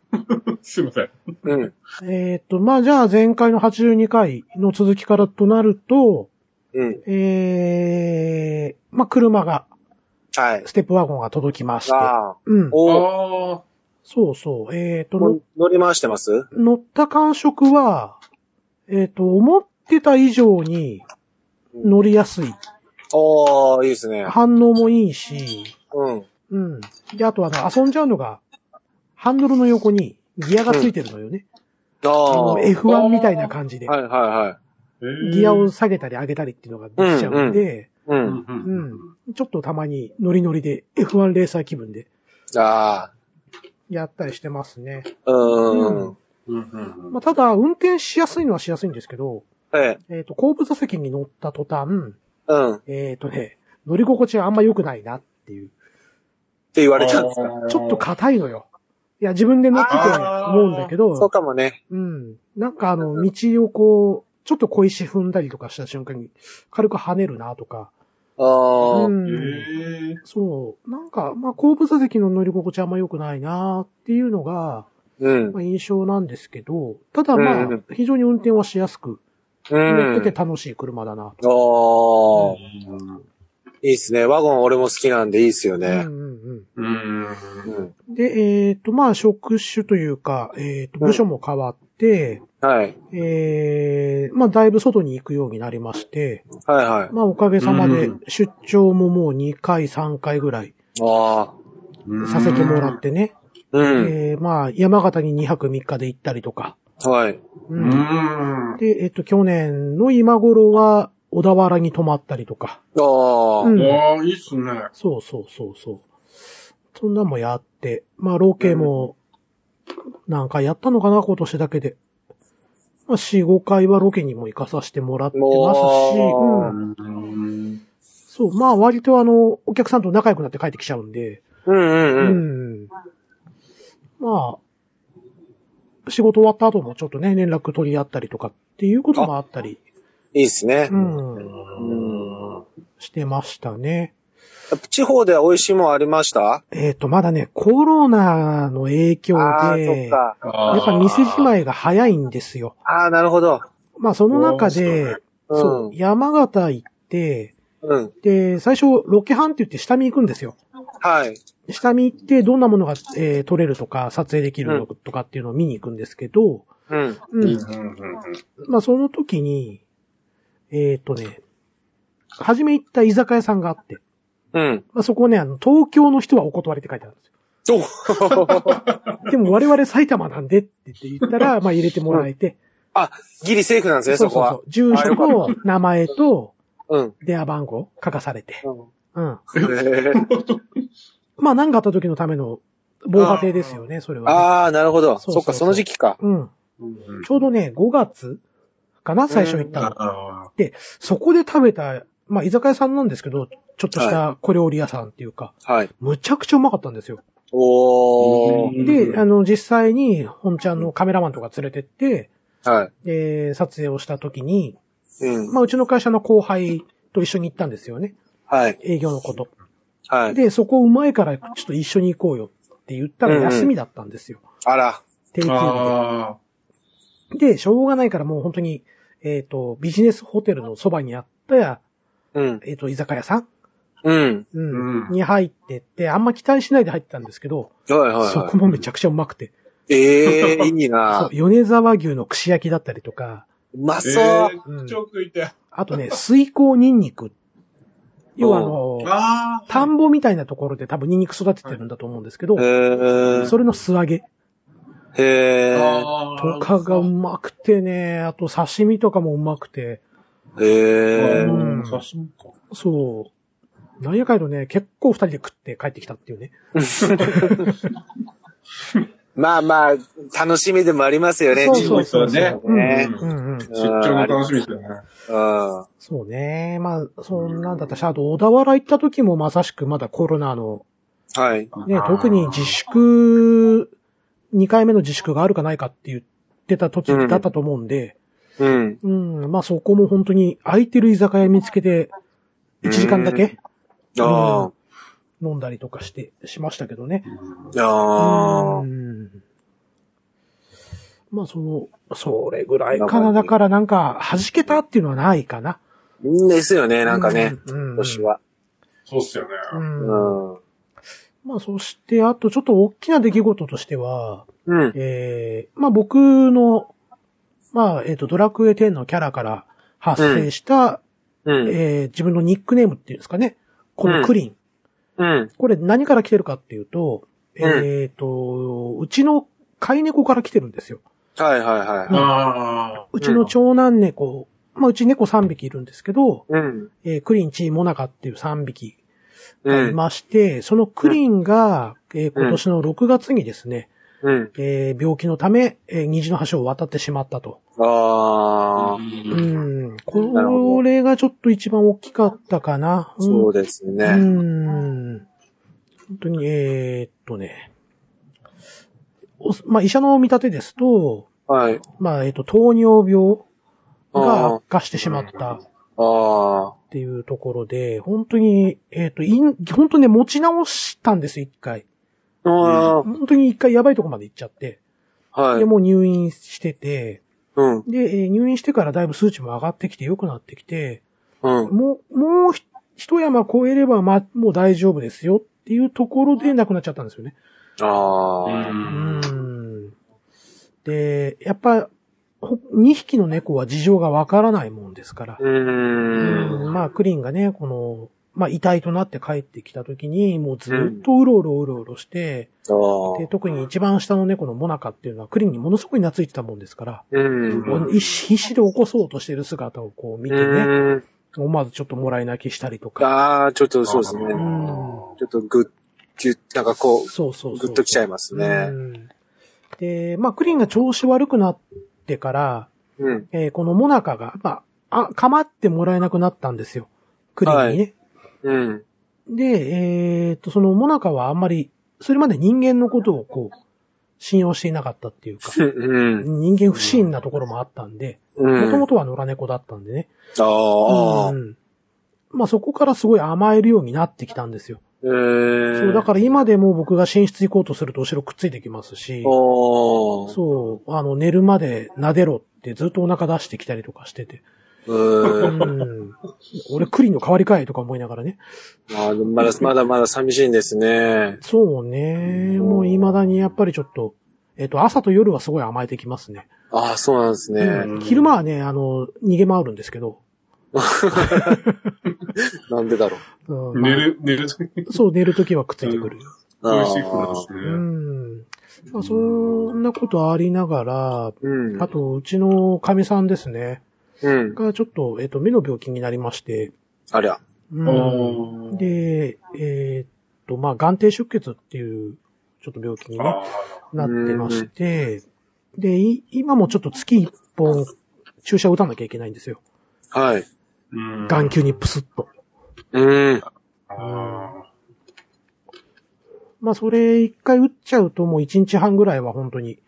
うん。すいません。うん。えーっと、まあ、じゃあ前回の82回の続きからとなると、うん。えー、まあ、車が、はい。ステップワゴンが届きまして。ああ。うん。おお。あそうそう。えーっと、ものう乗り回してます乗った感触は、えーっと、思ってた以上に乗りやすい。おー、いいですね。反応もいいし、うん。うん。で、あとはあの、遊んじゃうのが、ハンドルの横にギアがついてるのよね。あああ。のはい F1 みたいな感じで、はいはい。ー。ギアを下げたり上げたりっていうのができちゃうんで、う。うんん。う。うんん。ちょっとたまにノリノリで F1 レーサー気分でああ。やったりしてますね。うん。うんうん。うんまあ、ただ、運転しやすいのはしやすいんですけど、はい。えっ、と、後部座席に乗った途端、うん。っえっ、とね、乗り心地はあんま良くないなっていう。て言われたんですか。ちょっと硬いのよ。いや、自分で乗ってて思うんだけそうど、かもね。うん。なんかあの、道をこう、ちょっと小石踏んだりとかした瞬間に、軽く跳ねるなとか。あう。あえん。ー。そう。なんか、まあ、後部座席の乗り心地あんま良くないなっていうのが、うんま。あ印象なんですけど、ただまうんうあ、非常に運転はしやすく、う乗っててん。楽しい車だな。おー。いいっすね。ワゴン俺も好きなんでいいっすようんね。うんうん。うん。うん。で、えっ、と、まあ、職種というか、えっ、と、部署も変わって、はい。ええまあ、だいぶ外に行くようになりまして、はいはい。まあ、おかげさまでうん出張ももう2回、3回ぐらいああ。させてもらってね、うん。ええまあ、山形に2泊3日で行ったりとか、はい。ううんん。で、えっと、去年の今頃は、小田原に泊まったりとか。ああ。うんわあ、いいっすね。そうそうそうそう。そんなんもやって、まあ、ロケも、なんかやったのかな、今年だけで。まあ、4、5回はロケにも行かさせてもらってますし、おうーん。うん。そう、まあ、割とあの、お客さんと仲良くなって帰ってきちゃうんで、うんうんううん。ん。まあ、仕事終わった後もちょっとね、連絡取り合ったりとかっていうこともあったり、いいっすねう。ん、してましたね。やっぱ地方では美味しいもんありましたえっ、と、まだね、コロナの影響ああ、そで、っか。ややっぱ店じまいが早いんですよ。ああ、なるほど。まあ、その中そうでね、うんそう、山形行って、うん。で、最初、ロケハンって言って下見行くんですよ。はい。下見行って、どんなものが、えー撮れるとか、撮影できるのとかっていうのを見に行くんですけど、うん。ううんん。まあ、その時に、えっ、とね、初め行った居酒屋さんがあって、うん。 まあ、そこね、あの、東京の人はお断りって書いてあるんですよおでも我々埼玉なんでって言って言った ら、まあ入れてもらえて。あ、ギリセーフなんですね、そこは。う。住所と名前とうん。電話番号書かされて。うん。へーまあ何かあった時のための防波堤ですよね、それはね、ああ、なるほど。そうそうそっか、その時期か。うん。うんちょうどね、5月かな最初行ったの。あそこで食べた、まあ居酒屋さんなんですけど、ちょっとした小料理屋さんっていうか、はい。むちゃくちゃうまかったんですよ。おー。うんで、あの、実際に本ちゃんのカメラマンとか連れてって、はい。で、撮影をした時に、うん。まあ、うちの会社の後輩と一緒に行ったんですよね。はい。営業のこと。はい。で、そこうまいから、ちょっと一緒に行こうよって言ったらうんうん休みだったんですよ。あら。定ー休あ日で。で、しょうがないからもう本当に、えっ、と、ビジネスホテルのそばにあった、うん。えっ、と、居酒屋さん、うん。うん、うんに入ってって、あんま期待しないで入ってたんですけど、はいはいそはこもめちゃくちゃうまくて。い。ええ、いいそなう、米沢牛の串焼きだったりとか、うまー。そう。うんえー、超食いて。あとね、水耕ニンニク。要はあの、ああ。田んぼみたいなところで多分ニンニク育ててるんだと思うんですけど、へえ。それの素揚げへえ。とかがううまくてね、あと刺身とかもうまくて、へえ。ん。うん刺身か。そう。なんやかんやとね、結構二人で食って帰ってきたっていうね。まあまあ、楽しみでもありますよね、そう地そ方う行そうくとね。うんねうんうん。出張の楽しみですよね。うん。そうね。まあ、そんなんだったし、あと小田原行った時もまさしくまだコロナの、はい。ね、特に自粛、2回目の自粛があるかないかって言ってた時だったと思うんで、うん。うん、まあそこも本当に空いてる居酒屋見つけて、1時間だけ、あ飲んだりとかして、しましたけどね。あ。ああう。んまあ、その、それぐらいかな。なだんかからなんか、弾けたっていうのはないかな。ですよね、なんかね。うん。うん今年。は。そうっすよね。うん。うん。うまあ、そして、あとちょっと大きな出来事としては、ん。えー、まあ僕の、まあ、えっ、と、ドラクエ10のキャラから発生した、うん。えー自分のニックネームっていうんですかね。このクリン。うん。これ何から来てるかっていうと、うんえっ、と、うちの飼い猫から来てるんですよ。はいはいはいはい。ああ。うちの長男猫、まあうち猫3匹いるんですけど、うん。えークリン、チー、モナカっていう3匹ういん。まして、そのクリンが、えー今年の6月にですね、うん。えー病気のため、えー虹の橋を渡ってしまったと。ああ。うん。なるほこどれがちょっと一番大きかったかな。そうですうね。ん。本当に、えーっとね。おまあ、医者の見立てですと、はい。まあ、えーっと、糖尿病があ悪化してしまったっあ。ああ。ていうところで、本当に、えーっと、いん本当にね、持ち直したんですよ、一回。ああ。本当に一回やばいとこまで行っちゃって。はで、い。もう入院してて、うん、で、えー入院してからだいぶ数値も上がってきて良くなってきて、うん。もう、もうひ一山越えれば、ま、もう大丈夫ですよっていうところで亡くなっちゃったんですよね。ああ、うーん。で、やっぱ、2匹の猫は事情がわからないもんですから。うーん。まあ、クリンがね、この、まあ、遺体となって帰ってきた時に、もうずっとうろうろうろうろして、ああで、特に一番下の猫のモナカっていうのはクリンにものすごい懐いてたもんですから、うん。この一必死で起こそうとしてる姿をこう見てね、うん。思わずちょっともらい泣きしたりとか。ああ、ちょっとそうですね。うあん。ちょっとぐっ、ぎゅっ、なんかこう、そうそうそう。ぐっときちゃいますねう。んで、まあ、クリンが調子悪くなってから、うん。えーこのモナカが、まあ、あ、構ってもらえなくなったんですよ。クリンにね。はいうん。で、えーっと、そのモナカはあんまり、それまで人間のことをこう、信用していなかったっていうか、うん。人間不信なところもあったんで、うん。もともとは野良猫だったんでね。ああう。ん。まあそこからすごい甘えるようになってきたんですよ。えーそう、だから今でも僕が寝室行こうとすると後ろくっついてきますし、おーそう、あの、寝るまで撫でろってずっとお腹出してきたりとかしてて、ううーん。ん。俺クリの代わりかいとか思いながらね。あーでもまだ、まだまだ寂しいんですね。そうね。もう未だにやっぱりちょっと、えっ、と、朝と夜はすごい甘えてきますね。ああ、そうなんですね。うん昼間はね、あの、逃げ回るんですけど。なんでだろうん寝る、寝る時にそう、寝るときはくっついてくる。う。美味しい子なんですうね。ん。まあそんなことありながら、うん。あと、うちのかみさんですね。うん。が、ちょっと、えっ、と、目の病気になりまして。ありゃ。うん、おーで、えっ、と、まあ、眼底出血っていう、ちょっと病気にね、あなってまして、で、い今もちょっと月一本注射を打たなきゃいけないんですよ。はい。ー眼球にプスッと。うん。あまあそれ一回打っちゃうともう一日半ぐらいは本当に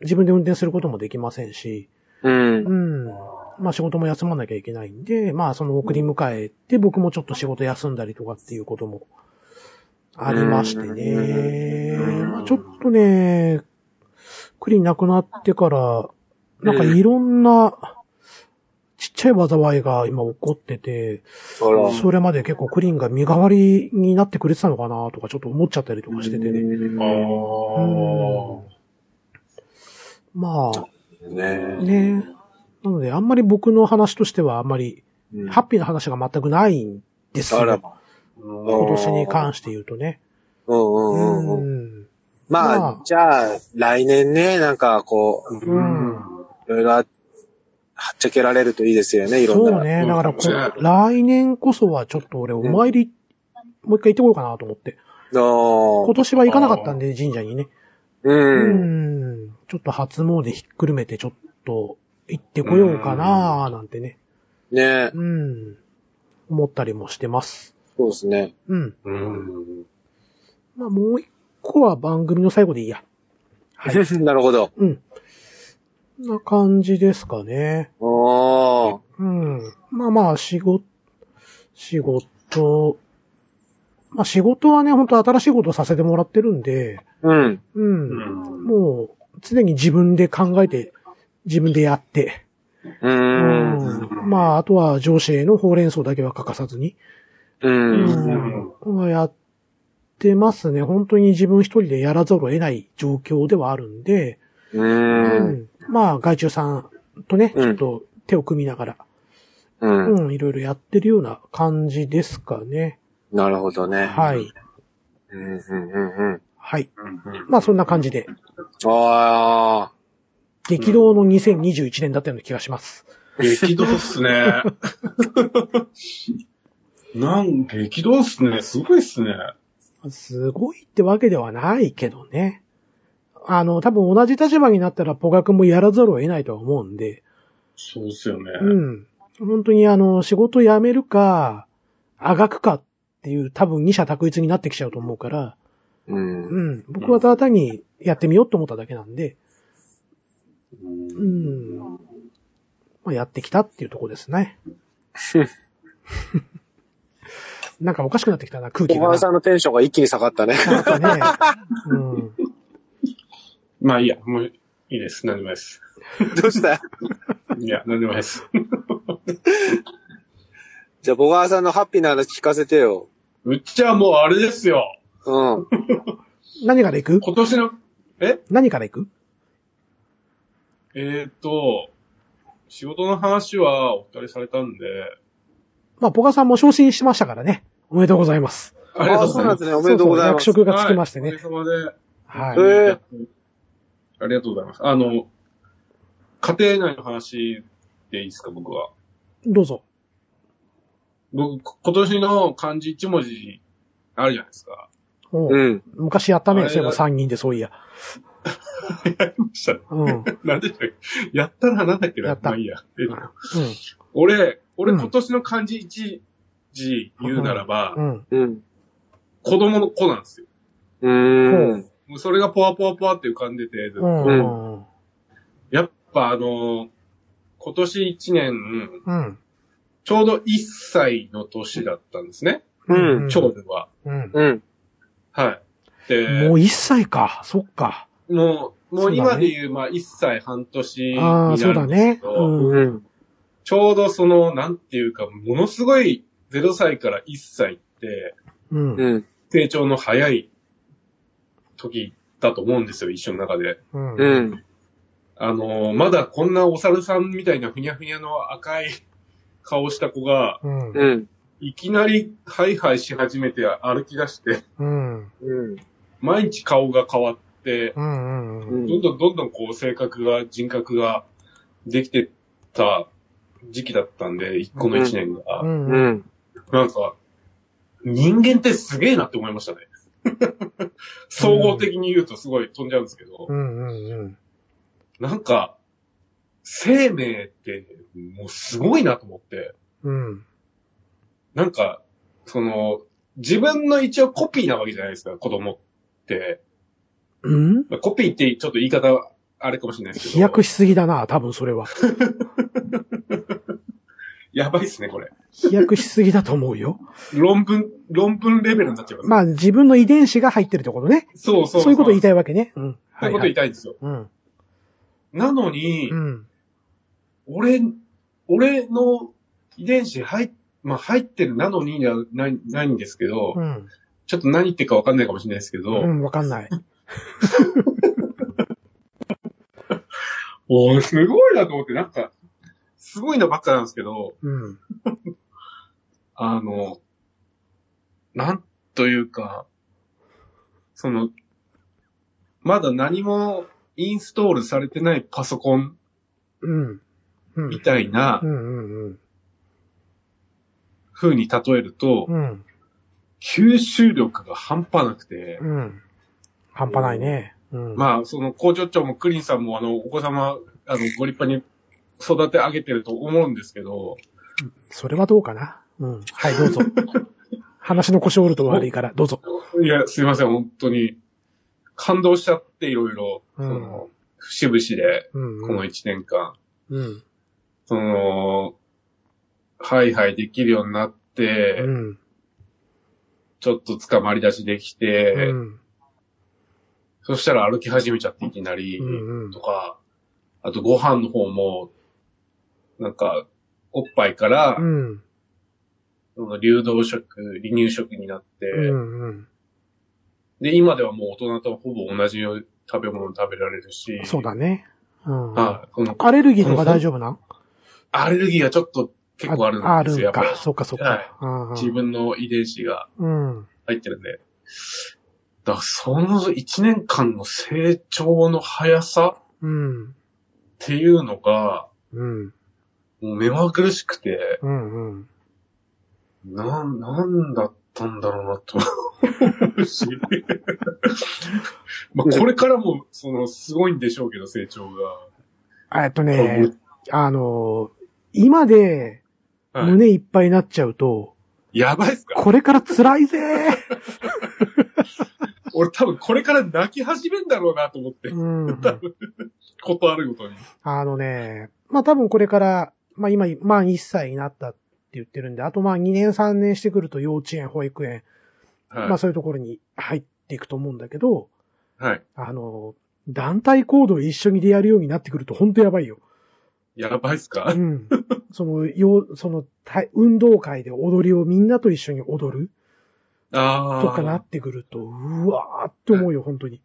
自分で運転することもできませんし、うん。うん。まあ仕事も休まなきゃいけないんで、まあその送り迎えて僕もちょっと仕事休んだりとかっていうこともありましてね。うんまあちょっとね、クリなくなってから、なんかいろんなちっちゃい災いが今起こってて、あら。それまで結構クリーンが身代わりになってくれてたのかなとかちょっと思っちゃったりとかしててね。ーうあんー。まあ、ねね。なので、あんまり僕の話としてはあんまり、うんハッピーな話が全くないんですあらよ。ま。今年に関して言うとね。うんうんうんうん。うんままああ、じゃあ、来年ね、なんかこう、うんいろいろあ、はっちゃけられるといいですよね、いろんな。そうね。だからこそうね、来年こそはちょっと俺お参り、もう一回行ってこようかなと思って。あ今ー。年は行かなかったんで、神社にね。うん。うん。ちょっと初詣ひっくるめてちょっと行ってこようかななんてね。ねうん。思ったりもしてます。そうですね。うん。うん。まあ、もう一個は番組の最後でいいや。 なるほど。うん。な感じですかね。おー。うん。まあまあ、仕事、仕事、まあ仕事はね、本当新しいことをさせてもらってるんで、うん。うん。うんもう、常に自分で考えて、自分でやって、う。うんんまあ、あとは上司へのほうれん草だけは欠かさずに、うん。うんやってますね。本当に自分一人でやらざるを得ない状況ではあるんで、うん。まあ、外注さんとね、ちうょっんと手を組みながら、うん。うん、いろいろやってるような感じですかね。なるほどね。はい。うん。うん。うん。うん。はい。まあ、そんな感じで、ああ。激動の2021年だったような気がします。激動っすね。 なん、激動っすね。すごいっすね。すごいってわけではないけどね。あの、多分同じ立場になったら、ポガ君もやらざるを得ないとは思うんで、そうっすよね。うん。本当にあの、仕事辞めるか、あがくかっていう多分二者択一になってきちゃうと思うから、うん。うん。僕はただ単にやってみようと思っただけなんで、う。うんまあ、やってきたっていうとこですね。なんかおかしくなってきたな、空気小が川さな。んのテンションが一気に下が ったね。なんかね。うん。まあいいや、もういいです。何でもないです。どうしたいや、なんでもないです。じゃあ、ボガーさんのハッピーな話聞かせてよ。うちはもうあれですよ。うん。何から行く今年の、え何から行くえー、っと、仕事の話はお二人されたんで、まあ、ポカさんも昇進しましたからね。おめでとうございます。ありがとうそござういなんま。ですすね。おめでとうございます。そそ役職がつきましてはね。いおかげさまで。はい。えーありがとうございます。あの、家庭内の話でいいですか、僕は。どうぞ。僕、今年の漢字一文字あるじゃないですか。おううん。昔やったあね。れそういえば参議院でそういや。やりましたね。うん。うん。 なんでしたっけやったらなんだっけなやったまあいいや。え俺、俺うん今年の漢字一字言うならば、うん。うん。子供の子なんですよ。うーん。もうそれがポワポワポワって浮かんでて、ずうっとん。うん。やっぱあの、今年一年、うん。ちょうど一歳の年だったんですね。うん長女は。うん。うん。はい。で、もう一歳か。そっか。もう、もそうだねう今で言う、まあ、1歳半年にあなるあ、んですそうけだど、ね。うん。うん。ちょうどその、なんていうか、ものすごい0歳から1歳って、うん。うん。成長の早い時だと思うんですよ、一緒の中で。うん。ううんん。あの、まだこんなお猿さんみたいなふにゃふにゃの赤い顔した子が、うん。うん。いきなりハイハイし始めて歩き出して、うん。うん。毎日顔が変わって、うん。うん。どんどんどんどんこう性格が、人格ができてった時期だったんで、この一年が。うん。うん。なんか、人間ってすげえなって思い ましたね。総合的に言うとすごい飛んじゃうんですけど、うん。なんか、生命ってもうすごいなと思って、うん。なんか、その、自分の一応コピーなわけじゃないですか、子供って。うん。まあコピーってちょっと言い方あれかもしれないですけど。飛躍しすぎだな、多分それは。やばいっすね、これ。飛躍しすぎだと思うよ。論文、論文レベルになっちゃいます。まあ、自分の遺伝子が入ってるってことね。そうそうそういうこと言いい。たいわけね。うん。そういうこと言いたいんですよ。うん。なのに、うん。俺、俺の遺伝子入っ、まあ入ってるなのになない、ないんですけど、うん。ちょっと何言ってるかわかんないかもしれないですけど、うん、わかんない。おーすごいなと思って、なんか、すごいのばっかなんですけど、うん。あの、なんというか、その、まだ何もインストールされてないパソコンうん。うん。みたいなうんうんうん。風に例えると、うん。吸収力が半端なくて、うん。半端ないね。うん。まあ、その工場長もクリンさんも、あの、お子様、あの、ご立派に育て上げてると思うんですけど、それはどうかな。うん。はい、どうぞ。話の腰を折ると悪いから、どうぞ。いや、すいません、本当に、感動しちゃって、いろいろ、うそんの、節々で、うん。この一年間、うん。その、ハイハイできるようになって、うん。ちょっと捕まり出しできて、うん。そしたら歩き始めちゃっていきなり、うんうんとか、あとご飯の方も、なんか、おっぱいから、うん。その流動食、離乳食になって、うん。うん。で、今ではもう大人とほぼ同じ食べ物食べられるし、そうだね。うん。はい、このアレルギーとか大丈夫なんアレルギーがちょっと結構あるんですよ、あやっぱりるんか。。そうか、そうはか。うん自分の遺伝子がうん。入ってるんで。だからその1年間の成長の速さうん。っていうのが、うん。もう目まぐるしくて、うん。うん。な、なんだったんだろうなと思うし。 まあこれからも、その、すごいんでしょうけど、成長が。えっとね、あの、今ではい胸いっぱいになっちゃうと、やばいっすかこれから辛い ぜー俺多分これから泣き始めんだろうなと思って、うん。ことあるごとに。あのね、まあ多分これから、まあ今、満1歳になったって言ってるんで、あとまあ2年3年してくると幼稚園、保育園、はい。まあそういうところに入っていくと思うんだけど、はい。あの、団体行動一緒にでやるようになってくると本当やばい よ。やばいっすか、うん。その、よう、その、た運動会で踊りをみんなと一緒に踊るああ。とかなってくると、うわーって思うよ、本当に。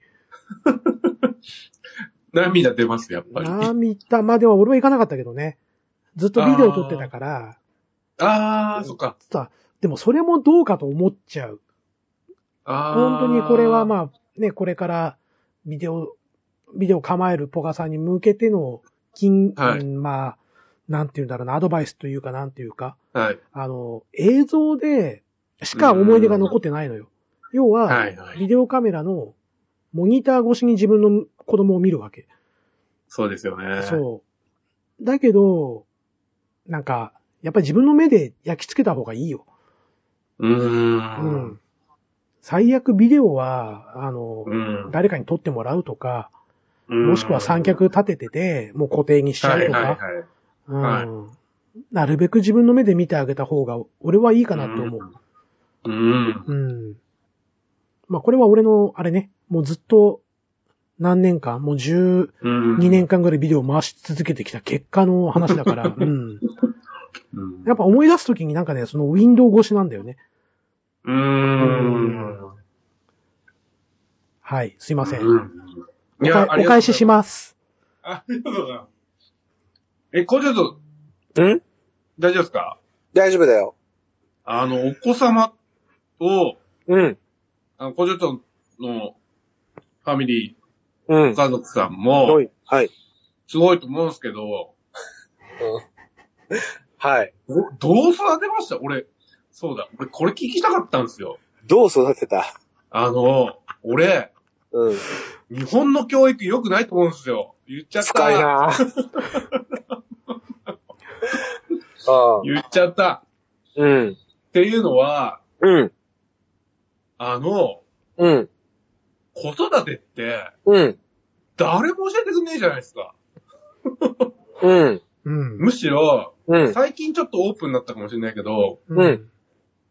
涙出ます、やっぱり。あ涙までは俺は行かなかったけどね。ずっとビデオ撮ってたから、あー、そっか。さ、でもそれもどうかと思っちゃう。ああ。本当にこれはあ。まあ、ね、これからビデオ、ビデオ構えるポカさんに向けての、金、はいうんまあ、なんていうんだろうな、アドバイスというかなんていうか、はい。あの、映像でしか思い出が残ってないのよ。要は、はい、はい。ビデオカメラのモニター越しに自分の子供を見るわけ。そうですよね。う。そう。だけど、なんか、やっぱり自分の目で焼き付けた方がいいよ。うーうんん。。最悪ビデオは、あの、うん。誰かに撮ってもらうとか、うんもしくは三脚立ててて、もう固定にしちゃうとはい、はい、か、はい。はういんなるべく自分の目で見てあげた方が、俺はいいかなと思う。うん。うん。まあこれは俺の、あれね、もうずっと何年間、もう12うん。年間ぐらいビデオ回し続けてきた結果の話だ から、うん。うん。やっぱ思い出すときになんかね、そのウィンドウ越しなんだよね。うーん。はい、すいません。うんおいや、返お返ししまます。す。ありがとうございます。え、工場長、ん大丈夫ですか大丈夫だよ。あの、お子様を、うん。あの、工場長のファミリうー、ごん。家族さんはも、い。はい。すごいと思うんですけど、はい。どどう育てました俺、そうだ、俺これ聞きたかったんですよ。どう育てたあの、俺、うん。日本の教育良くないと思うんですよ。言っちゃった。深いなああ。言っちゃった。うん。っていうのは、うん。あの、うん。子育てって、うん。誰も教えてくんねえじゃないですか。うん。うん。むしろ、うん。最近ちょっとオープンになったかもしれないけど、んうん。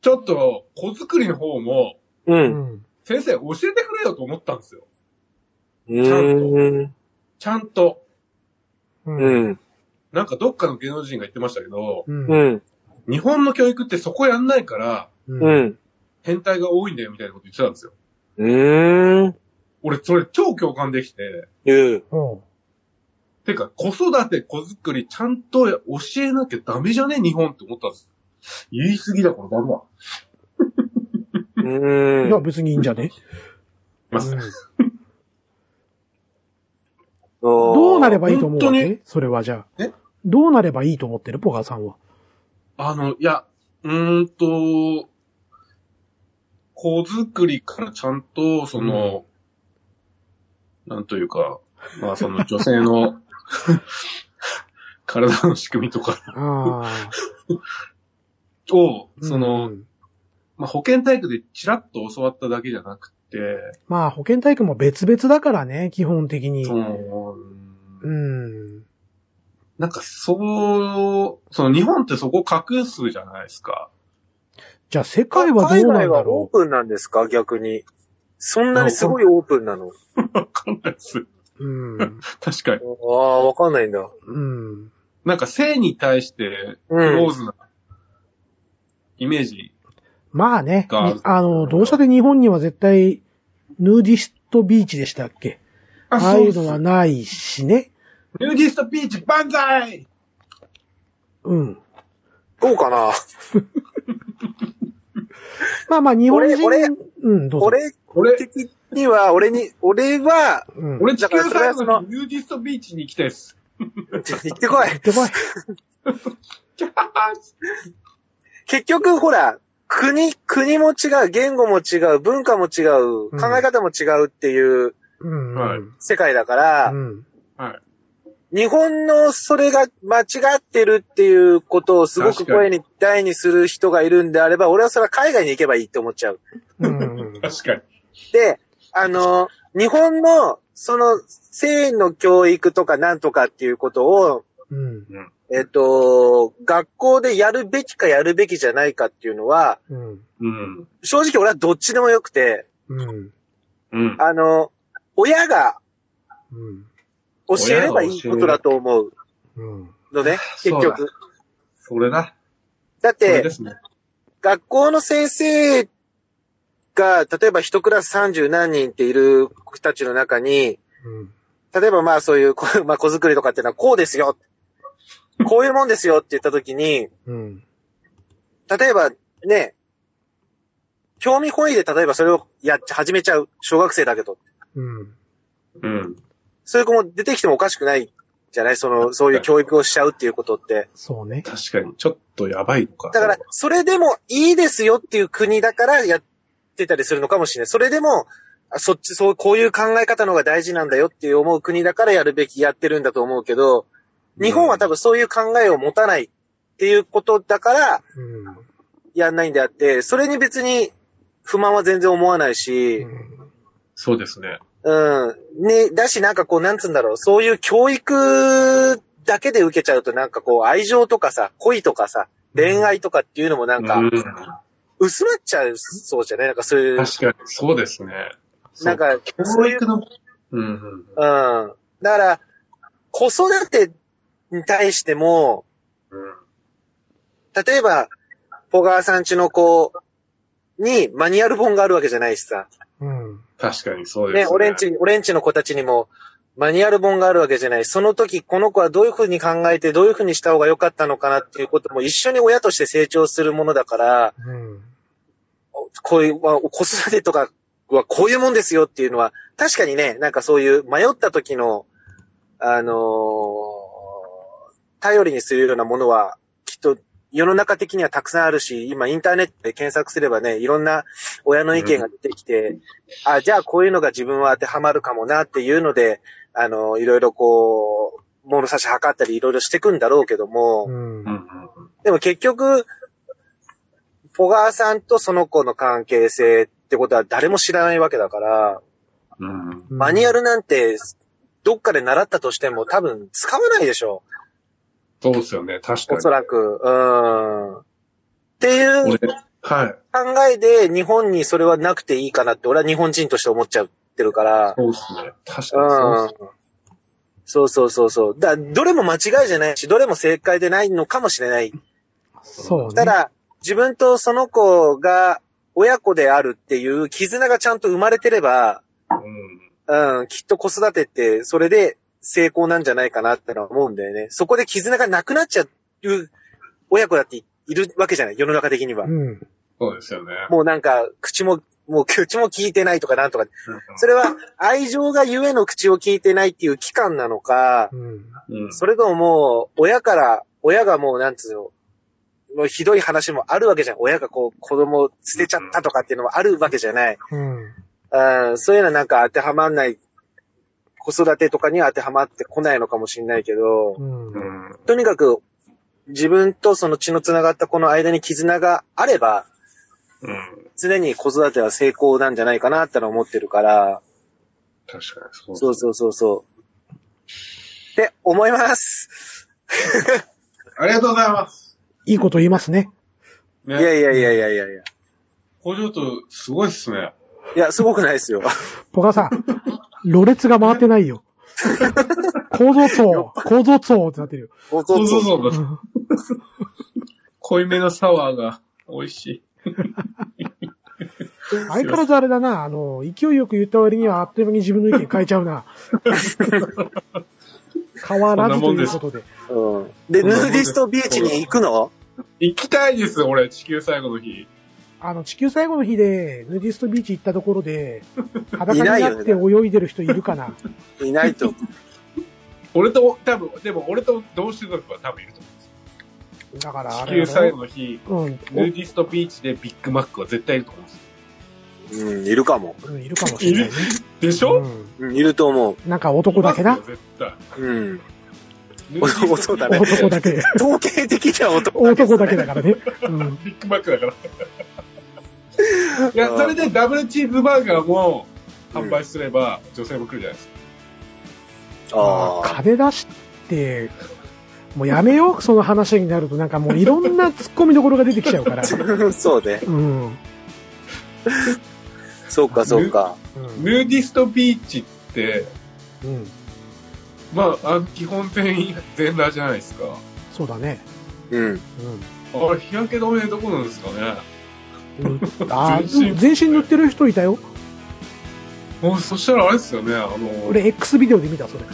ちょっと、子作りの方も、う。うんん。先生教えてくれよと思ったんですよ。うん。ちゃんと。う。うんん。なんかどっかの芸能人が言ってましたけど、うんう。ん。日本の教育ってそこやんないから、ううん。ん。変態が多いんだよみたいなこと言ってたんですよ。うん。俺、それ超共感できて、うん。ほてか、子育て、子作り、ちゃんと教えなきゃダメじゃね日本って思ったんです。言い過ぎだからダメだ。うういや、ん。別にいいんじゃねますうんどどうなればいいと思うわ本当けそれはじゃあえ。どうなればいいと思ってるポカさんは。あの、いや、うーんと、子作りからちゃんと、その、なんというか、まあその女性の 体の仕組みとかああ。を、うん その、、まあ保健体育でチラッと教わっただけじゃなくて、まあ、保健体育も別々だからね、基本的に。そうの、ん。なんかそう、その日本ってそこ隠すじゃないですか。じゃあ、世界はどうなんだはオーろプンなんですか逆に。そんなにすごいオープンなの。わかんないです。う。うん。確かに。ああ、わかんないんだ。うん。なんか性に対して、クうんローズなイメージまあね、がにあの、同社で日本には絶対、ヌーディストビーチでしたっけあああいうのはニないしね。ューディストビーチ万歳うん。どうかなまあまあ、日本人、俺うん、どうぞ。俺俺、的には、俺に、俺は、うん、俺地だ球からそれ最は後そののニューディストビーチに行きたい です。行ってこい。行ってこい。結局、ほら、国、国も違う、言語も違う、文化も違う、考うんえ方も違うっていううん。はい世界だから、うん。はい。日本のそれが間違ってるっていうことをすごく確か声にに大にする人がいるんであれば、俺はそれは海外に行けばいいって思っちゃう。うん。確かに。で、あの、日本の、その、性の教育とかなんとかっていうことを、うん。えっ、と、学校でやるべきかやるべきじゃないかっていうのは、うん。うん。正直俺はどっちでもよくて、うん。うん。あの、親がうん。教えればいいことだと思ううん。のね、結そうだ局。それだ。だっそれてで、すね。学校の先生が、例えば一クラス30何人っている子たちの中に、うん。例えばまあそういう、こうまあ子作りとかっていうのはこうですよ。こういうもんですよって言った時に、うん。例えばね、興味本位で例えばそれをやっちゃ、始めちゃう。小学生だけど。うん。うん。そういう子も出てきてもおかしくないじゃないその、そういう教育をしちゃうっていうことって。そうね。確かに、ちょっとやばいのか。だから、それでもいいですよっていう国だからやってたりするのかもしれない。それでも、あそっち、そう、こういう考え方の方が大事なんだよっていう思う国だからやるべき、やってるんだと思うけど、日本は多分そういう考えを持たないっていうことだからうん。やんないんであって、それに別に不満は全然思わないし、うんそうですね。うん。ね、だしなんかこう、なんつうんだろう、そういう教育だけで受けちゃうとなんかこう、愛情とかさ、恋とかさ、恋愛とかっていうのもなうんん、か、確薄まっちゃうそうじゃないなんかそういう、かに、そうですね。そうなん、か、教そういう、う育ん。の、うんうん。だから、子育てに対しても、うん例えば、小川さんちの子にマニュアル本があるわけじゃないしさ。うん。確かにそうですね、俺んち、俺んちの子たちにも、マニュアル本があるわけじゃない。その時、この子はどういうふうに考えて、どういうふうにした方が良かったのかなっていうことも一緒に親として成長するものだから、うん。こういう、まあ子育てとかはこういうもんですよっていうのは、確かにね、なんかそういう迷った時の、あのー頼りにするようなものは、きっと世の中的にはたくさんあるし、今インターネットで検索すればね、いろんな親の意見が出てきて、あ、じゃあこういうのが自分は当てはまるかもなっていうので、あのーいろいろこう、物差し測ったりいろいろしていくんだろうけども、うんう。んうんでも結局、ポガーさんとその子の関係性ってことは誰も知らないわけだから、うん。うん。マニュアルなんてどっかで習ったとしても多分使わないでしょそうですよね、確かう。にお。そらく。うーん。っていう俺、はい。考えで日本にそれはなくていいかなって俺は日本人として思っちゃってるから。。そうですね。確かにそううんそうそうそうそう。だどれも間違いじゃないし、どれも正解でないのかもしれないそうね。ただ、自分とその子が親子であるっていう絆がちゃんと生まれてれば、うん、きっと子育てってそれで成功なんじゃないかなってのは思うんだよね。そこで絆がなくなっちゃう親子だっているわけじゃない、世の中的には。うん。そうですよね。もうなんか、口も、もう口も聞いてないとかなんとか。うんそれは愛情がゆえの口を聞いてないっていう期間なのか、うん。うんそれとももう、親から、親がもう、なんつうの、もうひどい話もあるわけじゃん。親がこう、子供を捨てちゃったとかっていうのもあるわけじゃない。うん。うん、そういうのはなんか当てはまんない、子育てとかには当てはまってこないのかもしれないけどう、ん。ううんんとにかく、自分とその血の繋がったこの間に絆があれば、うん。常に子育ては成功なんじゃないかなってのは思ってるから、確かにそうそうですそうそうそう。って思います。ありがとうございます。いいこと言いますね。いいやいやいやいやいやいや。工場長、すごいっすね。いや、すごくないですよ。ポカさん、ろれつが回ってないよ。構造層、構造層ってなってるよ。そうそそううそそううそう。そう。濃いめのサワーが美味しい。相変わらずあれだな、あの、勢いよく言った割にはあっという間に自分の意見変えちゃうな。変わらずということで。うん、で、ヌーディストビーチに行くの行きたいです、俺、地球最後の日。あの、地球最後の日で、ヌーディストビーチ行ったところで、裸にいないなよって泳いでる人いるかな。いないと。俺と、多分、でも俺と同種族は多分いると思だから、う。あ地れだ球最ろ後の日、うんヌーディストビーチでビッグマックは絶対いると思うんですようん、いるかも。うん、いるかもしれないね。でしょ、ううん、いると思う。ん、なんか男だけいなま。すよ絶対。うん。ヌーディストビーチそうだね男だけ。統計的には男だけです男ねだけだからね。うん。ビッグマックだから。いや、それでダブルチーズバーガーも販売すれば、女性も来るじゃないですか。ああ。金出して、もうやめよう、その話になると、なんかもういろんな突っ込みどころが出てきちゃうから。 そうね。うん。うんそうか、そうか。うんヌーディストビーチって、うん。まあ、あの基本全員全裸じゃないですか。そうだね。うん。うあれ、日焼け止めどこなんですかね。ん。あー全身全身塗ってる人いたよ。もうそしたらあれですよね、あの、俺、X ビデオで見た、それ。